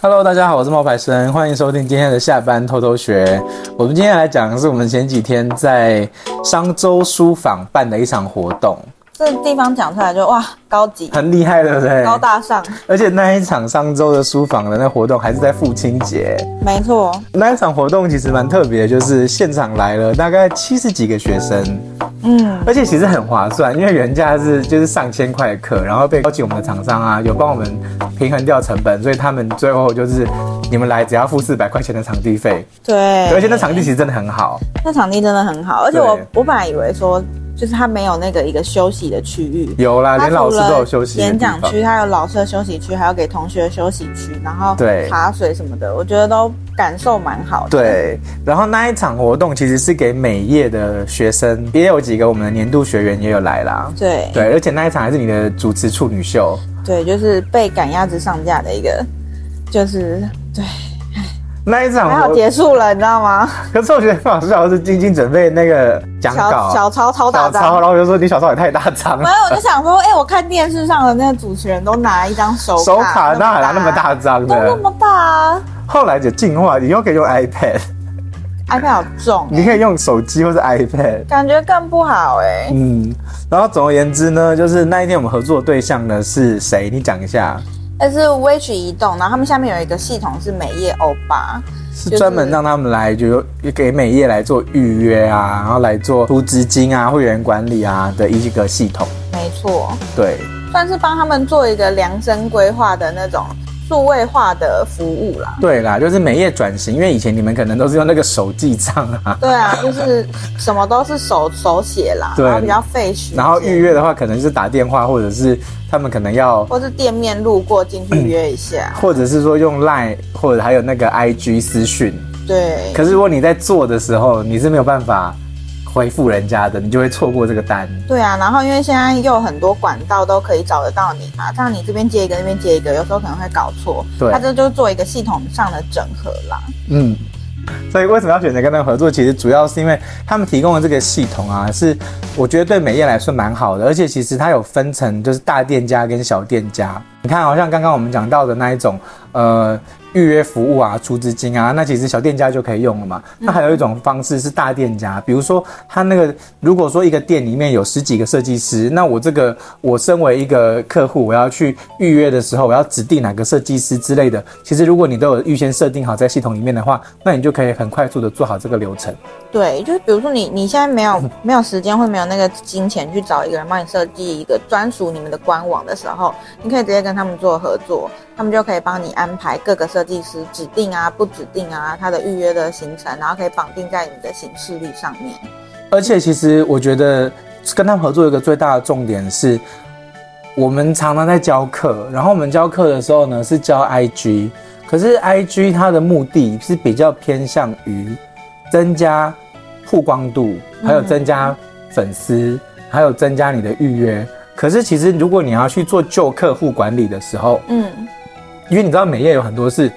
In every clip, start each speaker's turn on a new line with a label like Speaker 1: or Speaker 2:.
Speaker 1: Hello，大家好，我是冒牌生，欢迎收听今天的下班偷偷学。我们今天来讲的是我们前几天在商州书坊办的一场活动，
Speaker 2: 这地方讲出来就哇，高级、
Speaker 1: 很厉害，对不对？
Speaker 2: 高大上，
Speaker 1: 而且那一场商州的书坊的那活动还是在父亲节，
Speaker 2: 没错，
Speaker 1: 那一场活动其实蛮特别的，就是现场来了大概七十几个学生，
Speaker 2: 嗯，
Speaker 1: 而且其实很划算，因为原价是就是上千块的课，然后被邀请我们的厂商啊，有帮我们平衡掉成本，所以他们最后就是你们来只要付四百块钱的场地费，
Speaker 2: 对，
Speaker 1: 而且那场地其实真的很好，
Speaker 2: 那场地真的很好，而且我
Speaker 1: 对
Speaker 2: 我本来以为说，就是它没有那个一个休息的区域，
Speaker 1: 有啦，
Speaker 2: 它
Speaker 1: 啊连老
Speaker 2: 除
Speaker 1: 师
Speaker 2: 了
Speaker 1: 都有休息的
Speaker 2: 演
Speaker 1: 地
Speaker 2: 讲
Speaker 1: 方
Speaker 2: 区，还有老师的休息区，还有给同学的休息区，然后
Speaker 1: 对
Speaker 2: 茶水什么的，我觉得都感受蛮好的，，
Speaker 1: 对，然后那一场活动其实是给每业的学生，也有几个我们的年度学员也有来啦。
Speaker 2: 对
Speaker 1: 对，而且那一场还是你的主持处女秀，
Speaker 2: 对，就是被赶鸭子上架的一个，就是对，
Speaker 1: 那一场
Speaker 2: 还好
Speaker 1: 哦我
Speaker 2: 结束了，你知道吗？
Speaker 1: 可是我觉得很好笑，是晶晶准备那个讲
Speaker 2: 小
Speaker 1: 稿，
Speaker 2: 小超超大
Speaker 1: 小
Speaker 2: 张，
Speaker 1: 抄，然后我就说你小抄也太大张
Speaker 2: 没
Speaker 1: 了，
Speaker 2: 有，我就想说，哎、我看电视上的那个主持人都拿一张 手卡，
Speaker 1: 手卡哪拿那么，大张
Speaker 2: 都 那
Speaker 1: 的？
Speaker 2: 么大啊
Speaker 1: 后来就进化，以后可以用 iPad，
Speaker 2: ，iPad 好重、哦
Speaker 1: 你可以用手机或是 iPad。
Speaker 2: 感觉更不好哎、
Speaker 1: 嗯，然后总而言之呢，就是那一天我们合作的对象呢是谁？你讲一下，
Speaker 2: 但是 w i 移动，然后他们下面有一个系统是美业欧巴，
Speaker 1: 是
Speaker 2: 就是
Speaker 1: 专门让他们来，就给美业来做预约啊，然后来做出资金啊、会员管理啊的一个系统。
Speaker 2: 没错，
Speaker 1: 对，
Speaker 2: 算是帮他们做一个量身规划的那种数位化的服务啦。
Speaker 1: 对啦，就是美业转型，因为以前你们可能都是用那个手记账啊，
Speaker 2: 对啊，就是什么都是手手写啦，
Speaker 1: 对
Speaker 2: 然后比较费时间，
Speaker 1: 然后预约的话，可能是打电话，或者是他们可能要，
Speaker 2: 或是店面路过进去约 一下，
Speaker 1: 或者是说用 Line 或者还有那个 IG 私讯。
Speaker 2: 对，
Speaker 1: 可是如果你在做的时候，你是没有办法回复人家的，你就会错过这个单。
Speaker 2: 对啊，然后因为现在又有很多管道都可以找得到你嘛，这样你这边接一个，那边接一个，有时候可能会搞错。
Speaker 1: 对
Speaker 2: 它这就做一个系统上的整合啦。
Speaker 1: 嗯，所以为什么要选择跟他们合作？其实主要是因为他们提供的这个系统啊，是我觉得对美业来说蛮好的，而且其实它有分成，就是大店家跟小店家。你看，好像刚刚我们讲到的那一种，呃。预约服务啊，出资金啊，那其实小店家就可以用了嘛。那还有一种方式是大店家，比如说他那个，如果说一个店里面有十几个设计师，那我这个我身为一个客户，我要去预约的时候，我要指定哪个设计师之类的。其实如果你都有预先设定好在系统里面的话，那你就可以很快速的做好这个流程。
Speaker 2: 对，就是比如说你你现在 没有没有时间，或没有那个金钱去找一个人帮你设计一个专属你们的官网的时候，你可以直接跟他们做合作，他们就可以帮你安排各个设计师指定啊、不指定啊，他的预约的行程，然后可以绑定在你的行事历上面。
Speaker 1: 而且其实我觉得跟他们合作有一个最大的重点是，我们常常在教课，然后我们教课的时候呢是教 IG，可是 IG 它的目的是比较偏向于增加曝光度，还有增加粉丝，还有增加你的预约。可是其实如果你要去做旧客户管理的时候，
Speaker 2: 嗯，
Speaker 1: 因为你知道美业有很多是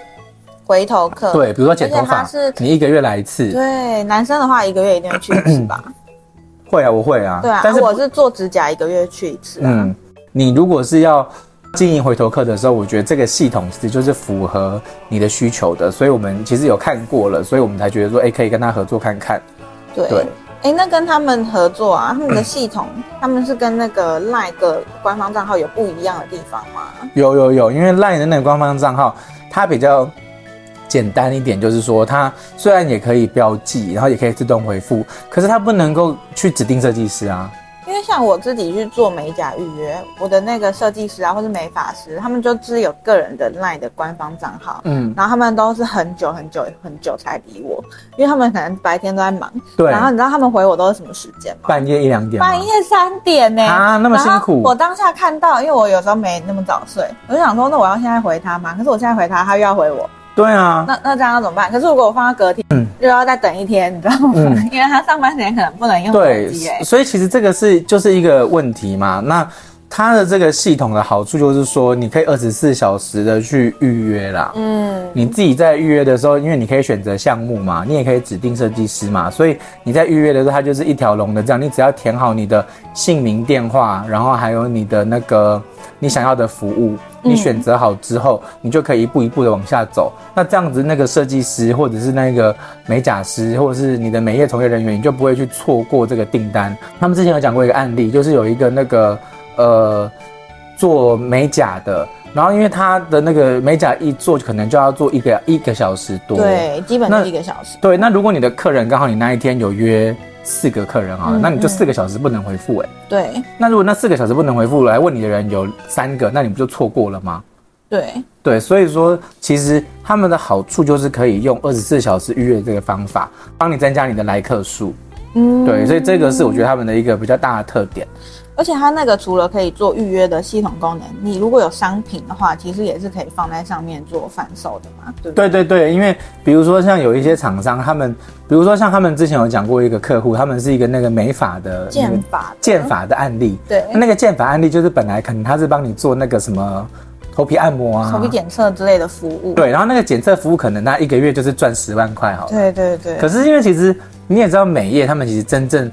Speaker 2: 回头客。
Speaker 1: 对，比如说剪头
Speaker 2: 而
Speaker 1: 发
Speaker 2: 且它是，
Speaker 1: 你一个月来一次，
Speaker 2: 对，男生的话一个月一定会去一次 吧。
Speaker 1: 会啊，我会啊，
Speaker 2: 对啊，
Speaker 1: 但是
Speaker 2: 我是做指甲一个月去一次、啊。
Speaker 1: 嗯，你如果是要经营回头客的时候，我觉得这个系统其实就是符合你的需求的，所以我们其实有看过了，所以我们才觉得说，哎、可以跟他合作看看。
Speaker 2: 对。
Speaker 1: 对嗯
Speaker 2: 哎、那跟他们合作啊，他们的系统，他们是跟那个 LINE 的官方账号有不一样的地方吗？
Speaker 1: 有有有，因为 LINE 的那个官方账号，它比较简单一点，就是说它虽然也可以标记，然后也可以自动回复，可是它不能够去指定设计师啊。
Speaker 2: 因为像我自己去做美甲预约，我的那个设计师啊，或是美发师，他们就只有个人的 LINE 的官方账号。
Speaker 1: 嗯，
Speaker 2: 然后他们都是很久很久很久才理我，因为他们可能白天都在忙。
Speaker 1: 对
Speaker 2: 然后你知道他们回我都是什么时间吗？
Speaker 1: 半夜一两点吗，
Speaker 2: 半夜三点呢、
Speaker 1: 啊那么辛苦
Speaker 2: 然后我当下看到，因为我有时候没那么早睡，我就想说，那我要现在回他吗？可是我现在回他，他又要回我，
Speaker 1: 对啊，
Speaker 2: 那那这样要怎么办？可是如果我放到隔天，又要再等一天，你知道吗？
Speaker 1: 嗯
Speaker 2: 因为他上班时间可能不能用手
Speaker 1: 对
Speaker 2: 机、欸，，
Speaker 1: 所以其实这个是就是一个问题嘛。那它的这个系统的好处就是说，你可以二十四小时的去预约啦。
Speaker 2: 嗯，
Speaker 1: 你自己在预约的时候，因为你可以选择项目嘛，你也可以指定设计师嘛，所以你在预约的时候，它就是一条龙的这样，你只要填好你的姓名、电话，然后还有你的那个你想要的服务，你选择好之后，你就可以一步一步的往下走。那这样子，那个设计师或者是那个美甲师，或者是你的美业从业人员，你就不会去错过这个订单。他们之前有讲过一个案例，就是有一个那个呃做美甲的。然后，因为他的那个美甲一做，可能就要做一个一个小时多。
Speaker 2: 对，基本
Speaker 1: 那
Speaker 2: 是一个小时。
Speaker 1: 对，那如果你的客人刚好你那一天有约四个客人好了，
Speaker 2: 嗯
Speaker 1: 那你就
Speaker 2: 嗯
Speaker 1: 四个小时不能回复哎、
Speaker 2: 对
Speaker 1: 那如果那四个小时不能回复来问你的人有三个，那你不就错过了吗？
Speaker 2: 对，
Speaker 1: 对，所以说其实他们的好处就是可以用二十四小时预约这个方法，帮你增加你的来客数。
Speaker 2: 嗯，
Speaker 1: 对，所以这个是我觉得他们的一个比较大的特点。
Speaker 2: 而且它那个除了可以做预约的系统功能，你如果有商品的话，其实也是可以放在上面做贩售的嘛，对不
Speaker 1: 对对对，因为比如说像有一些厂商，他们比如说像他们之前有讲过一个客户，他们是一个那个美发的
Speaker 2: 剑法的
Speaker 1: 剑法的案例。
Speaker 2: 对
Speaker 1: 那那个剑法案例就是本来可能他是帮你做那个什么头皮按摩啊，
Speaker 2: 手臂检测之类的服务。
Speaker 1: 对，然后那个检测服务可能他一个月就是赚十万块好了。
Speaker 2: 对对对
Speaker 1: 可
Speaker 2: 对，
Speaker 1: 是因为其实你也知道，美业他们其实真正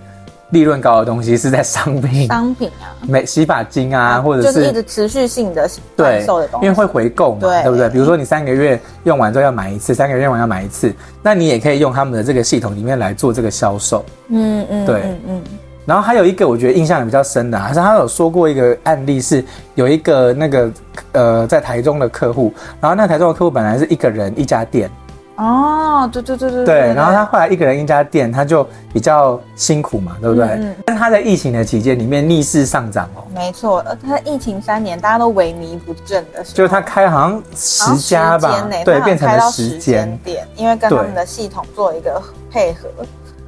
Speaker 1: 利润高的东西是在商品、
Speaker 2: 商品啊，
Speaker 1: 美洗发精啊，或者
Speaker 2: 就是是一直持续性的贩
Speaker 1: 对
Speaker 2: 售的东，西，
Speaker 1: 因为会回购嘛，
Speaker 2: 对
Speaker 1: 对不对？比如说你三个月用完之后要买一次，三个月用完要买一次，那你也可以用他们的这个系统里面来做这个销售。
Speaker 2: 嗯嗯
Speaker 1: 对
Speaker 2: 嗯嗯，
Speaker 1: 然后还有一个我觉得印象比较深的、啊，是他有说过一个案例是有一个那个呃在台中的客户，然后那台中的客户本来是一个人一家店，
Speaker 2: 哦，对对对对
Speaker 1: 对，然后他后来一个人一家店，他就比较辛苦嘛，对不对？
Speaker 2: 嗯嗯
Speaker 1: 但他在疫情的期间里面逆势上涨哦，
Speaker 2: 没错，呃，他疫情三年，大家都萎靡不振的时候，
Speaker 1: 就是他开好像十家
Speaker 2: 好
Speaker 1: 吧
Speaker 2: 像时间，内
Speaker 1: 对，
Speaker 2: 他有
Speaker 1: 变成
Speaker 2: 开
Speaker 1: 了
Speaker 2: 到
Speaker 1: 十
Speaker 2: 时
Speaker 1: 间
Speaker 2: 间。点，因为跟他们
Speaker 1: 对
Speaker 2: 的系统做一个配合。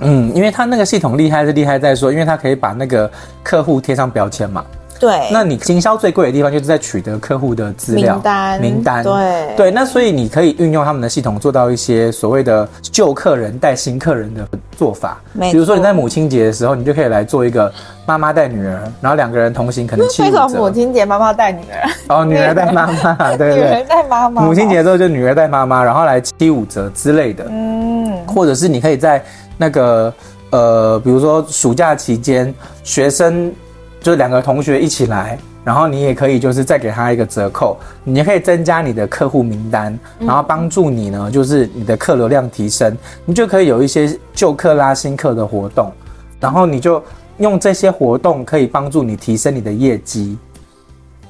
Speaker 1: 嗯，因为他那个系统厉害是厉害在说，因为他可以把那个客户贴上标签嘛。
Speaker 2: 对，
Speaker 1: 那你经销最贵的地方就是在取得客户的资料
Speaker 2: 名单
Speaker 1: 名单
Speaker 2: 对
Speaker 1: 对。那所以你可以运用他们的系统做到一些所谓的旧客人带新客人的做法，
Speaker 2: 没错
Speaker 1: 比如说你在母亲节的时候，你就可以来做一个妈妈带女儿，然后两个人同行可能七
Speaker 2: 为
Speaker 1: 五
Speaker 2: 什么 母
Speaker 1: 折，
Speaker 2: 亲节妈妈带女儿？啊
Speaker 1: 哦，女儿带妈妈，对
Speaker 2: 女
Speaker 1: 不
Speaker 2: 儿
Speaker 1: 对？
Speaker 2: 带妈妈。
Speaker 1: 母亲节，之后就女儿带妈妈，然后来七五折之类的。
Speaker 2: 嗯，
Speaker 1: 或者是你可以在那个呃，比如说暑假期间，学生就是两个同学一起来，然后你也可以就是再给他一个折扣，你也可以增加你的客户名单，然后帮助你呢，就是你的客流量提升，你就可以有一些旧客拉新客的活动，然后你就用这些活动可以帮助你提升你的业绩。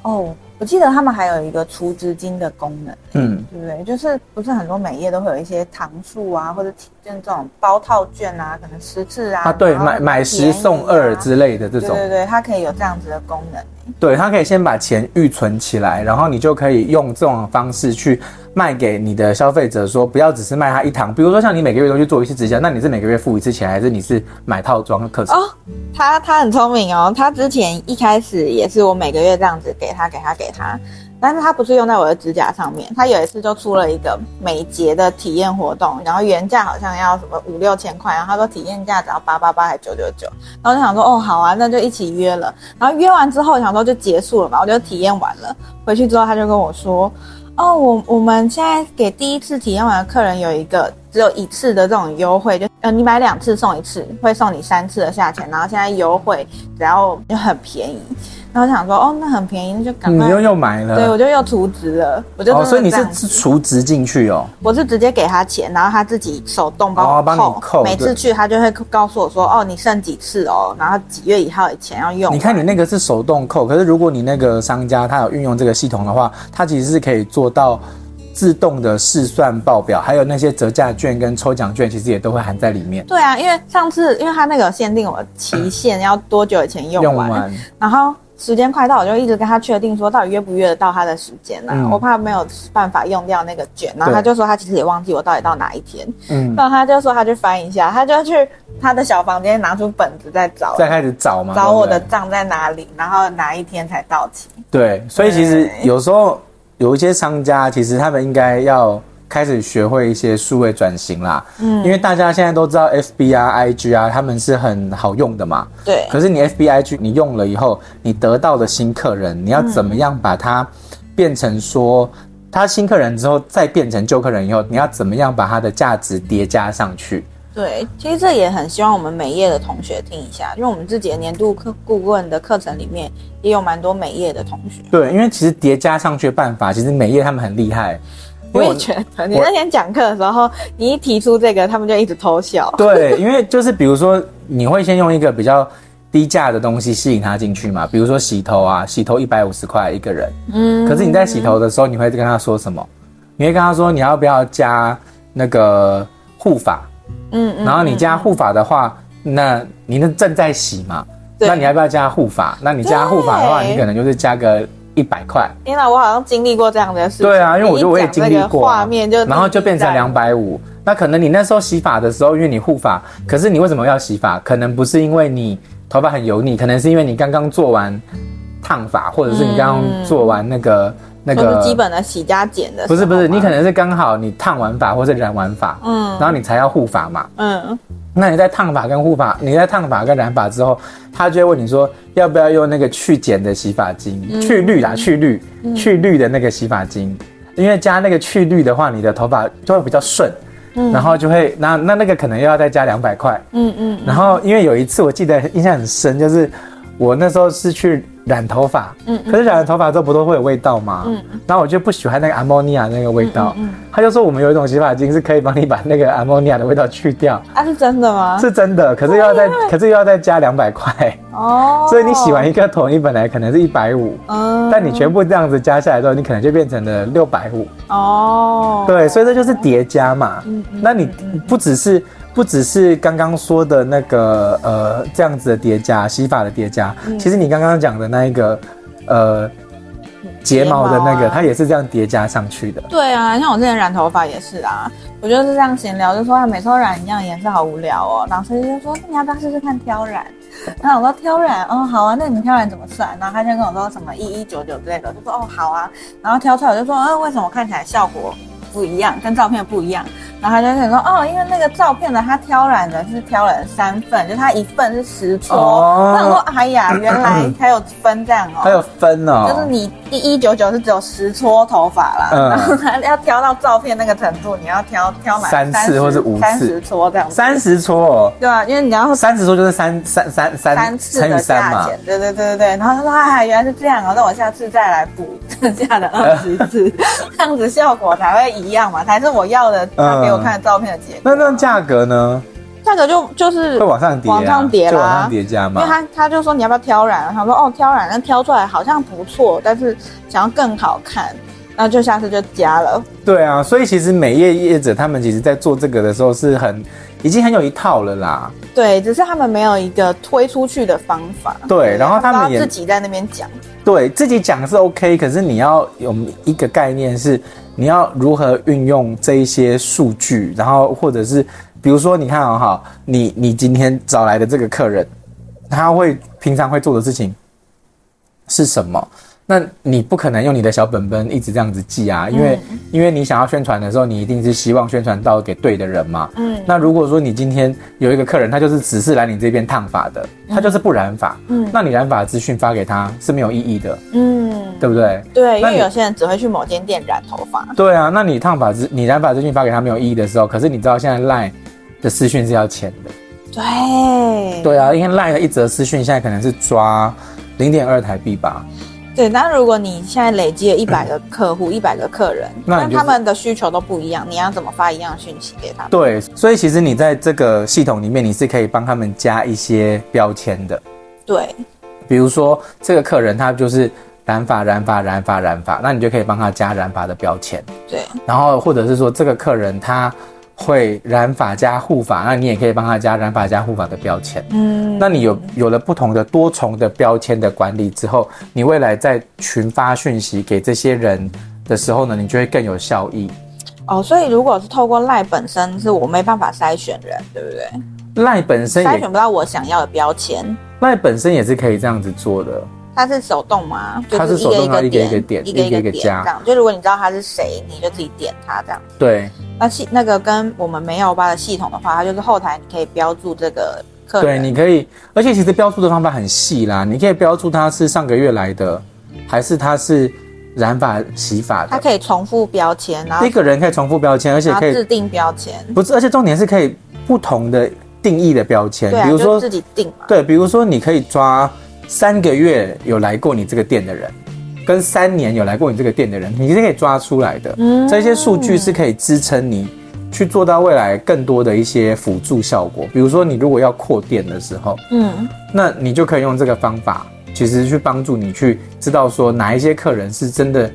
Speaker 2: 哦，我记得他们还有一个除脂金的功能，
Speaker 1: 嗯，
Speaker 2: 对不对？就是不是很多美业都会有一些糖数啊，或者体券这种包套券啊，可能十次啊，
Speaker 1: 啊，对，
Speaker 2: 然后
Speaker 1: 买买
Speaker 2: 便宜
Speaker 1: 十
Speaker 2: 啊
Speaker 1: 送二之类的这
Speaker 2: 对
Speaker 1: 种。
Speaker 2: 对对，它可以有这样子的功能。
Speaker 1: 对，他可以先把钱预存起来，然后你就可以用这种方式去卖给你的消费者，说不要只是卖他一堂。比如说像你每个月都去做一次指甲，那你是每个月付一次钱，还是你是买套装课程？
Speaker 2: 哦，他他很聪明哦，他之前一开始也是我每个月这样子给他给他给他，但是他不是用在我的指甲上面，他有一次就出了一个美睫的体验活动，然后原价好像要什么五六千块，然后他说体验价只要八八八还九九九，然后我就想说哦好啊，那就一起约了，然后约完之后想说就结束了嘛，我就体验完了，回去之后他就跟我说。哦，我我们现在给第一次体验完的客人有一个只有一次的这种优惠，就呃你买两次送一次，会送你三次的价钱，然后现在优惠只要就很便宜。然后我想说，哦，那很便宜，那就赶
Speaker 1: 你
Speaker 2: 快。
Speaker 1: 又又买
Speaker 2: 对，我
Speaker 1: 了，
Speaker 2: 就又储值了，我就
Speaker 1: 嗯
Speaker 2: 真
Speaker 1: 哦，
Speaker 2: 的
Speaker 1: 所以你
Speaker 2: 这
Speaker 1: 是
Speaker 2: 样子
Speaker 1: 除值进去哦。
Speaker 2: 我是直接给他钱，然后他自己手动帮
Speaker 1: 哦
Speaker 2: 我
Speaker 1: 帮你
Speaker 2: 扣。
Speaker 1: 扣
Speaker 2: 每次
Speaker 1: 对
Speaker 2: 去他就会告诉我说，哦，你剩几次哦，然后几月一号以前要用。
Speaker 1: 你看你那个是手动扣，可是如果你那个商家他有运用这个系统的话，他其实是可以做到自动的试算报表，还有那些折价券跟抽奖券，其实也都会含在里面。
Speaker 2: 对啊，因为上次因为他那个有限定我期限要多久以前用
Speaker 1: 用
Speaker 2: 完，
Speaker 1: 完，
Speaker 2: 然后时间快到，我就一直跟他确定说到底约不约得到他的时间呢、
Speaker 1: 嗯
Speaker 2: 我怕没有办法用掉那个卷，然后他
Speaker 1: 对
Speaker 2: 就说他其实也忘记我到底到哪一天，
Speaker 1: 嗯，
Speaker 2: 然后他就说他去翻一下，他就去他的小房间拿出本子在找
Speaker 1: 再开始找嘛，
Speaker 2: 找
Speaker 1: 对不
Speaker 2: 我的
Speaker 1: 对
Speaker 2: 账在哪里，然后哪一天才到期。
Speaker 1: 对，所以其实
Speaker 2: 对
Speaker 1: 有时候有一些商家，其实他们应该要开始学会一些数位转型啦。
Speaker 2: 嗯
Speaker 1: 因为大家现在都知道 FB 啊、IG 啊，他们是很好用的嘛。
Speaker 2: 对，
Speaker 1: 可是你 FB、IG 你用了以后，你得到的新客人，你要怎么样把它变成说，他新客人之后再变成旧客人以后，你要怎么样把它的价值叠加上去？
Speaker 2: 对，其实这也很希望我们美业的同学听一下，因为我们自己的年度课顾问的课程里面也有蛮多美业的同学。
Speaker 1: 对，因为其实叠加上去的办法，其实美业他们很厉害。因
Speaker 2: 我
Speaker 1: 为
Speaker 2: 也觉得，你那天讲课的时候，你一提出这个，他们就一直偷笑。
Speaker 1: 对，因为就是比如说，你会先用一个比较低价的东西吸引他进去嘛，比如说洗头啊，洗头一百五十块一个人。
Speaker 2: 嗯，
Speaker 1: 可是你在洗头的时候，你会跟他说什么？你会跟他说你要不要加那个护发？
Speaker 2: 嗯嗯，
Speaker 1: 然后你加护发的话，那你那正在洗嘛，
Speaker 2: 对
Speaker 1: 那你要不要加护发？那你加护发的话，
Speaker 2: 对
Speaker 1: 你可能就是加个一百块。
Speaker 2: 天哪，我好像经历过这样的事情。
Speaker 1: 对啊，因为我
Speaker 2: 你一
Speaker 1: 就我也
Speaker 2: 讲
Speaker 1: 经
Speaker 2: 这
Speaker 1: 历
Speaker 2: 个
Speaker 1: 过啊、
Speaker 2: 画面就
Speaker 1: 然后就变成两
Speaker 2: 百。
Speaker 1: 百五。那可能你那时候洗发的时候，因为你护发，可是你为什么要洗发？可能不是因为你头发很油腻，可能是因为你刚刚做完烫发，或者是你刚刚做完那个、那
Speaker 2: 就是嗯基
Speaker 1: 个。
Speaker 2: 本的洗加减的时
Speaker 1: 不
Speaker 2: 候
Speaker 1: 是
Speaker 2: 嘛。
Speaker 1: 不是，你可能是刚好你烫完发或者染完发，
Speaker 2: 嗯
Speaker 1: 然后你才要护发嘛。
Speaker 2: 嗯，
Speaker 1: 那你在烫发跟护发，你在烫发跟染发之后，他就会问你说要不要用那个去碱的洗发精，
Speaker 2: 嗯
Speaker 1: 去绿啦，去绿，去绿的那个洗发精，因为加那个去绿的话，你的头发就会比较顺，然后就会那那那个可能又要再加两百块，
Speaker 2: 嗯嗯
Speaker 1: 然后因为有一次我记得印象很深，就是我那时候是去染头发，
Speaker 2: 嗯
Speaker 1: 可是染了头发之后不都会有味道嘛，
Speaker 2: 嗯
Speaker 1: 然后我就不喜欢那个 ammonia 那个味道，
Speaker 2: 嗯嗯嗯
Speaker 1: 他就说我们有一种洗发精是可以帮你把那个 ammonia 的味道去掉。
Speaker 2: 啊，是真的吗？
Speaker 1: 是真的，可是又要再，可是又要再加两百块，
Speaker 2: 哦，
Speaker 1: 所以你洗完一个头，你本来可能是一百五，
Speaker 2: 嗯，
Speaker 1: 但你全部这样子加下来之后，你可能就变成了六百五。
Speaker 2: 哦，
Speaker 1: 对，所以这就是叠加嘛
Speaker 2: 嗯嗯。
Speaker 1: 那你不只是不只是刚刚说的那个呃这样子的叠加，洗发的叠加，
Speaker 2: 嗯
Speaker 1: 其实你刚刚讲的那一个呃睫毛的那
Speaker 2: 睫
Speaker 1: 个，
Speaker 2: 毛啊
Speaker 1: 它也是这样叠加上去的。
Speaker 2: 对啊，像我之前染头发也是啊，我就是这样闲聊，就说啊，每次都染一样颜色，好无聊哦。老师就说，那你要不要试试看挑染？然后我说挑染，哦，好啊，那你们挑染怎么算？然后他就跟我说什么一一九九之类的，我就说哦，好啊。然后挑出来我就说，嗯，为什么看起来效果不一样，跟照片不一样？然后他就跟我说，哦，因为那个照片呢，他挑染的是挑染三份，就他一份是十撮。
Speaker 1: 哦
Speaker 2: 我想说，哎呀，原来还有分这样哦。
Speaker 1: 还有分哦，
Speaker 2: 就是你一一九九是只有十撮头发啦，
Speaker 1: 嗯
Speaker 2: 然后他要挑到照片那个程度，你要挑挑满
Speaker 1: 三次
Speaker 2: 30
Speaker 1: 或是五次
Speaker 2: 三十撮这样子。
Speaker 1: 三十撮哦，
Speaker 2: 对啊，因为你要
Speaker 1: 三十撮就是三三三
Speaker 2: 三
Speaker 1: 三
Speaker 2: 次
Speaker 1: 乘以
Speaker 2: 的
Speaker 1: 三
Speaker 2: 价
Speaker 1: 嘛。
Speaker 2: 钱，对对对对对。然后他说：“哎，原来是这样啊，那我下次再来补剩下的二十次，这样子效果才会一样嘛，才是我要的。”他给我看的照片的结果。
Speaker 1: 那那价格呢？
Speaker 2: 价格就就是
Speaker 1: 会往上叠、啊，
Speaker 2: 往上叠
Speaker 1: 就
Speaker 2: 啦
Speaker 1: 往上叠加
Speaker 2: 因为
Speaker 1: 嘛。
Speaker 2: 他他就说你要不要挑染，他说哦挑染，那挑出来好像不错，但是想要更好看，那就下次就加了。
Speaker 1: 对啊，所以其实美业业者他们其实在做这个的时候是很，已经很有一套了啦。
Speaker 2: 对，只是他们没有一个推出去的方法。
Speaker 1: 对然后他们
Speaker 2: 不知
Speaker 1: 也
Speaker 2: 道自己在那边讲，
Speaker 1: 对自己讲是 OK，可是你要有一个概念是，你要如何运用这一些数据，然后或者是比如说你看哦好，你你今天找来的这个客人，他会平常会做的事情是什么？那你不可能用你的小本本一直这样子记啊，因为、因为你想要宣传的时候，你一定是希望宣传到给对的人嘛。
Speaker 2: 嗯
Speaker 1: 那如果说你今天有一个客人，他就是只是来你这边烫发的，他就是不染发，
Speaker 2: 嗯
Speaker 1: 那你染发资讯发给他是没有意义的，
Speaker 2: 嗯，
Speaker 1: 对不对？
Speaker 2: 对，因
Speaker 1: 那你
Speaker 2: 为有些人只会去某间店染头发，
Speaker 1: 对啊，那你烫发资你染发资讯发给他没有意义的时候，可是你知道现在 Line 的私讯是要钱的，
Speaker 2: 对
Speaker 1: 对啊，因为 Line 的一则私讯现在可能是抓零点二台币吧，
Speaker 2: 对。那如果你现在累积了一百个客户、一百个客人，
Speaker 1: 那
Speaker 2: 那
Speaker 1: 你就是
Speaker 2: 他们的需求都不一样，你要怎么发一样的讯息给他们？
Speaker 1: 对，所以其实你在这个系统里面，你是可以帮他们加一些标签的，
Speaker 2: 对，
Speaker 1: 比如说这个客人他就是染发、染发、染发、染发，那你就可以帮他加染发的标签。
Speaker 2: 对，
Speaker 1: 然后或者是说这个客人他会染发加护发，那你也可以帮他加染发加护发的标签。
Speaker 2: 嗯，
Speaker 1: 那你有有了不同的多重的标签的管理之后，你未来在群发讯息给这些人的时候呢，你就会更有效益。
Speaker 2: 哦，所以如果是透过赖本身，是我没办法筛选人，对不对？
Speaker 1: 赖本身
Speaker 2: 筛
Speaker 1: 也
Speaker 2: 选不到我想要的标签。
Speaker 1: 赖本身也是可以这样子做的，
Speaker 2: 它是手动吗？就
Speaker 1: 它是手动
Speaker 2: 一
Speaker 1: 它
Speaker 2: 个
Speaker 1: 一
Speaker 2: 一
Speaker 1: 个一
Speaker 2: 个
Speaker 1: 个点
Speaker 2: 一个
Speaker 1: 一个一个
Speaker 2: 点
Speaker 1: 加
Speaker 2: 这样。就如果你知道它是谁，你就自己点它这样。
Speaker 1: 对
Speaker 2: 那系那个跟我们没有吧的系统的话，它就是后台你可以标注这个客
Speaker 1: 对，
Speaker 2: 人，
Speaker 1: 你可以，而且其实标注的方法很细啦，你可以标注它是上个月来的，还是它是染发洗发
Speaker 2: 它
Speaker 1: 的。
Speaker 2: 可以重复标签，然后
Speaker 1: 一个人可以重复标签，而且
Speaker 2: 然后
Speaker 1: 可以
Speaker 2: 制定标签，
Speaker 1: 不是，而且重点是可以不同的定义的标签，
Speaker 2: 对啊，
Speaker 1: 比如
Speaker 2: 就
Speaker 1: 说
Speaker 2: 自己定嘛。
Speaker 1: 对，比如说你可以抓三个月有来过你这个店的人，跟三年有来过你这个店的人，你是可以抓出来的。
Speaker 2: 嗯
Speaker 1: 这些数据是可以支撑你去做到未来更多的一些辅助效果。比如说你如果要扩店的时候，
Speaker 2: 嗯，
Speaker 1: 那你就可以用这个方法，其实去帮助你去知道说哪一些客人是真的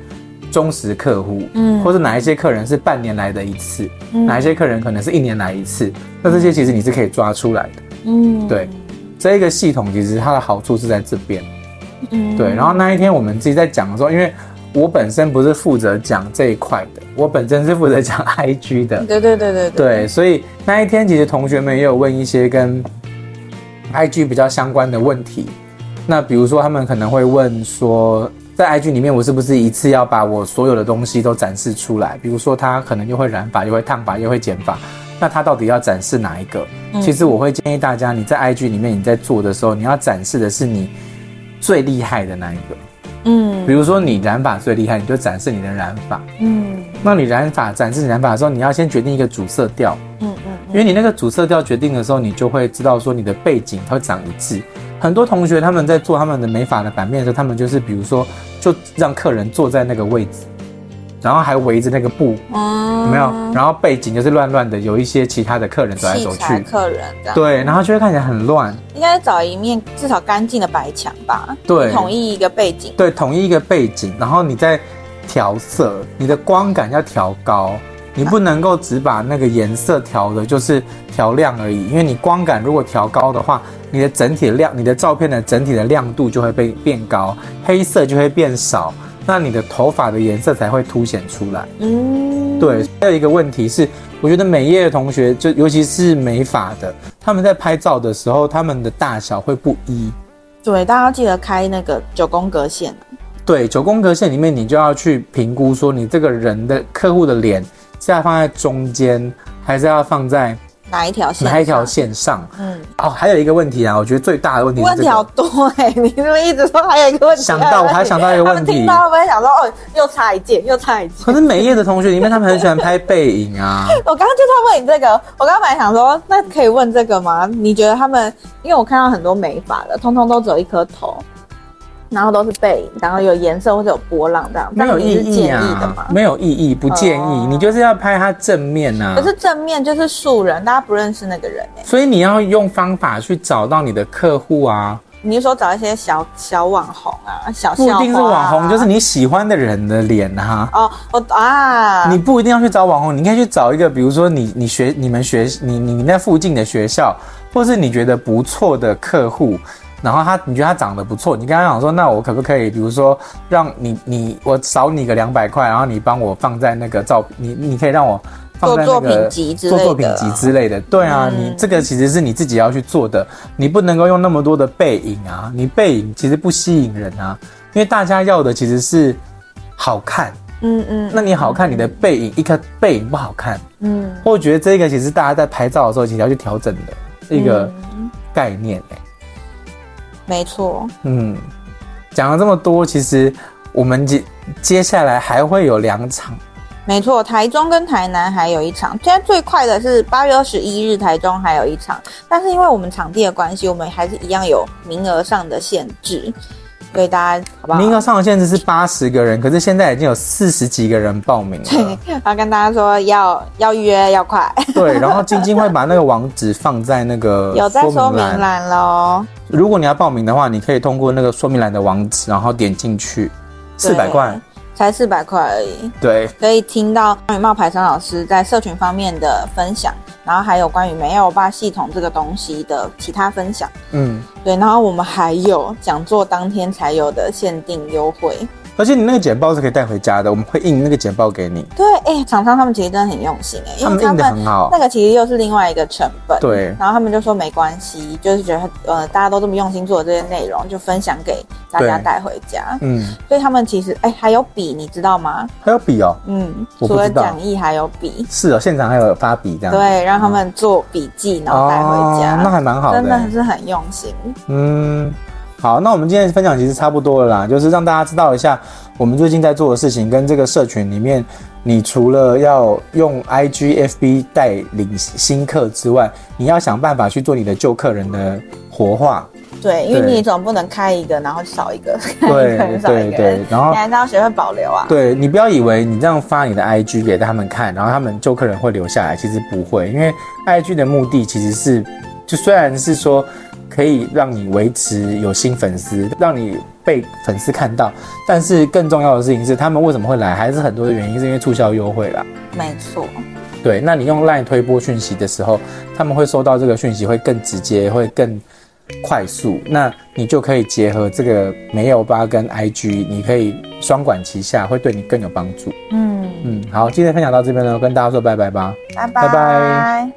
Speaker 1: 忠实客户，
Speaker 2: 嗯
Speaker 1: 或者哪一些客人是半年来的一次，
Speaker 2: 嗯
Speaker 1: 哪一些客人可能是一年来一次。那这些其实你是可以抓出来的。
Speaker 2: 嗯
Speaker 1: 对，这一个系统其实它的好处是在这边，
Speaker 2: 嗯
Speaker 1: 对。然后那一天我们自己在讲的时候，因为我本身不是负责讲这一块的，我本身是负责讲 IG 的，
Speaker 2: 对对对对对
Speaker 1: 对，所以那一天其实同学们也有问一些跟 IG 比较相关的问题。那比如说，他们可能会问说，在 IG 里面我是不是一次要把我所有的东西都展示出来？比如说，他可能又会染发，又会烫发，又会剪发，那他到底要展示哪一个？
Speaker 2: 嗯
Speaker 1: 其实我会建议大家，你在 IG 里面你在做的时候，你要展示的是你最厉害的那一个。比
Speaker 2: 嗯
Speaker 1: 如说，你染发最厉害，你就展示你的染发。
Speaker 2: 嗯
Speaker 1: 那你染发展示你染发的时候，你要先决定一个主色调。
Speaker 2: 嗯嗯
Speaker 1: 因为你那个主色调决定的时候，你就会知道说你的背景它会长一致。很多同学他们在做他们的美发的版面的时候，他们就是比如说就让客人坐在那个位置，然后还围着那个布，
Speaker 2: 嗯，
Speaker 1: 有没有？然后背景就是乱乱的，有一些其他的客人走来
Speaker 2: 器
Speaker 1: 走
Speaker 2: 材
Speaker 1: 去，
Speaker 2: 客人这样，
Speaker 1: 对，然后就会看起来很乱。
Speaker 2: 应该找一面至少干净的白墙吧，
Speaker 1: 对
Speaker 2: 统一一个背景，
Speaker 1: 对，统一一个背景，然后你再调色，你的光感要调高，你不能够只把那个颜色调的，就是调亮而已，因为你光感如果调高的话，你的整体亮，你的照片的整体的亮度就会被变高，黑色就会变少，那你的头发的颜色才会凸显出来。
Speaker 2: 嗯，
Speaker 1: 对，，还有一个问题是，我觉得美业的同学，就尤其是美发的，他们在拍照的时候，他们的大小会不一。
Speaker 2: 对，大家要记得开那个九宫格线，
Speaker 1: 对，九宫格线里面，你就要去评估说，你这个人的客户的脸是要放在中间，还是要放在
Speaker 2: 哪一条线？
Speaker 1: 哪一条？线上？
Speaker 2: 嗯，
Speaker 1: 哦，还有一个问题啊，我觉得最大的问题是
Speaker 2: 问
Speaker 1: 这
Speaker 2: 题好
Speaker 1: 个，
Speaker 2: 多哎、你是不是一直说还有一个问题？啊
Speaker 1: 想到我还想到一个问题
Speaker 2: 他们听到会不会想说哦，又差一件，又差一件？
Speaker 1: 可是美业的同学里面，他们很喜欢拍背影啊。
Speaker 2: 我刚刚就在问你这个，我刚刚本来想说，那可以问这个吗？你觉得他们，因为我看到很多美发的，通通都只有一颗头，然后都是背影，然后有颜色或者有波浪这样，
Speaker 1: 没有
Speaker 2: 但
Speaker 1: 意
Speaker 2: 你是
Speaker 1: 义
Speaker 2: 建议的
Speaker 1: 啊
Speaker 2: 吗，？
Speaker 1: 没有意义，不建议。
Speaker 2: 哦
Speaker 1: 你就是要拍他正面啊
Speaker 2: 可。是正面就是素人，大家不认识那个人哎、
Speaker 1: 所以你要用方法去找到你的客户啊，
Speaker 2: 你是说找一些小小网红啊，小
Speaker 1: 不一
Speaker 2: 校
Speaker 1: 定是
Speaker 2: 花啊
Speaker 1: 网红，就是你喜欢的人的脸啊。
Speaker 2: 哦，我啊，
Speaker 1: 你不一定要去找网红，你可以去找一个，比如说你你学你们学你你你那附近的学校，或是你觉得不错的客户，然后他你觉得他长得不错，你跟他讲说，那我可不可以，比如说让你你我少你个两百块，然后你帮我放在那个照，你你可以让我放在那
Speaker 2: 做
Speaker 1: 个
Speaker 2: 作品集之类的嗯
Speaker 1: 做作品集之类的，对啊，你这个其实是你自己要去做的，你不能够用那么多的背影啊，你背影其实不吸引人啊，因为大家要的其实是好看。
Speaker 2: 嗯嗯
Speaker 1: 那你好看，你的背影一颗背影不好看，
Speaker 2: 嗯，
Speaker 1: 我觉得这个其实大家在拍照的时候，其实要去调整的一个概念、欸。
Speaker 2: 没错，
Speaker 1: 嗯，讲了这么多，其实我们接接下来还会有两场，
Speaker 2: 没错，台中跟台南还有一场，现在最快的是八月二十一日，台中还有一场，但是因为我们场地的关系，我们还是一样有名额上的限制，所以大家好不好？
Speaker 1: 名额上的限制是八十个人，可是现在已经有四十几个人报名了。
Speaker 2: 然后跟大家说要要预约要快，
Speaker 1: 对，然后晶晶会把那个网址放在那个
Speaker 2: 有在说
Speaker 1: 呃说
Speaker 2: 明栏喽，
Speaker 1: 如果你要报名的话，你可以通过那个说明栏的网址，然后点进去，四百块。
Speaker 2: 才四百块而已。
Speaker 1: 对，
Speaker 2: 可以听到关于冒牌商老师在社群方面的分享，然后还有关于没有吧系统这个东西的其他分享。
Speaker 1: 嗯。
Speaker 2: 对，然后我们还有讲座当天才有的限定优惠，
Speaker 1: 而且你那个简报是可以带回家的，我们会印那个简报给你。
Speaker 2: 对，哎、厂商他们其实真的很用心哎、因
Speaker 1: 他
Speaker 2: 为
Speaker 1: 们
Speaker 2: 他
Speaker 1: 印的
Speaker 2: 们
Speaker 1: 很好
Speaker 2: 那，个其实又是另外一个成本。。
Speaker 1: 对，
Speaker 2: 然后他们就说没关系，就是觉得呃大家都这么用心做这些内容，就分享给大家
Speaker 1: 对
Speaker 2: 带回家。
Speaker 1: 嗯，
Speaker 2: 所以他们其实哎、还有笔，你知道吗？
Speaker 1: 还有笔哦，
Speaker 2: 嗯，
Speaker 1: 我
Speaker 2: 除
Speaker 1: 不知
Speaker 2: 了
Speaker 1: 道
Speaker 2: 讲义还有笔，
Speaker 1: 是哦，现场还有发笔这样，，
Speaker 2: 对，让他们做笔记，然后带回
Speaker 1: 哦，那
Speaker 2: 家，
Speaker 1: 还蛮好
Speaker 2: 真
Speaker 1: 的
Speaker 2: 的
Speaker 1: 欸，
Speaker 2: 是很用心。
Speaker 1: 嗯。好，那我们今天的分享其实差不多了啦，就是让大家知道一下我们最近在做的事情，跟这个社群里面，你除了要用 IG、FB 带领新客之外，你要想办法去做你的旧客人的活 化，
Speaker 2: 对，因为
Speaker 1: 对
Speaker 2: 你总不能开一个，然后少一个，开一
Speaker 1: 对
Speaker 2: 个少一
Speaker 1: 对
Speaker 2: 个
Speaker 1: 对
Speaker 2: 人，，
Speaker 1: 然后
Speaker 2: 你还是要学会保留啊。
Speaker 1: 对你不要以为你这样发你的 IG 给他们看，然后他们就客人会留下来，其实不会，因为 IG 的目的其实是，就虽然是说可以让你维持有新粉丝，让你被粉丝看到，但是更重要的事情是，他们为什么会来，还是很多的原因是因为促销优惠啦。
Speaker 2: 没错，
Speaker 1: 对，那你用 LINE 推播讯息的时候，他们会收到这个讯息，会更直接，会更快速。那你就可以结合这个没有吧跟 IG，你可以双管齐下，会对你更有帮助。
Speaker 2: 嗯，
Speaker 1: 嗯，好，今天分享到这边呢，跟大家说拜拜吧。
Speaker 2: 拜
Speaker 1: 拜
Speaker 2: 拜
Speaker 1: 拜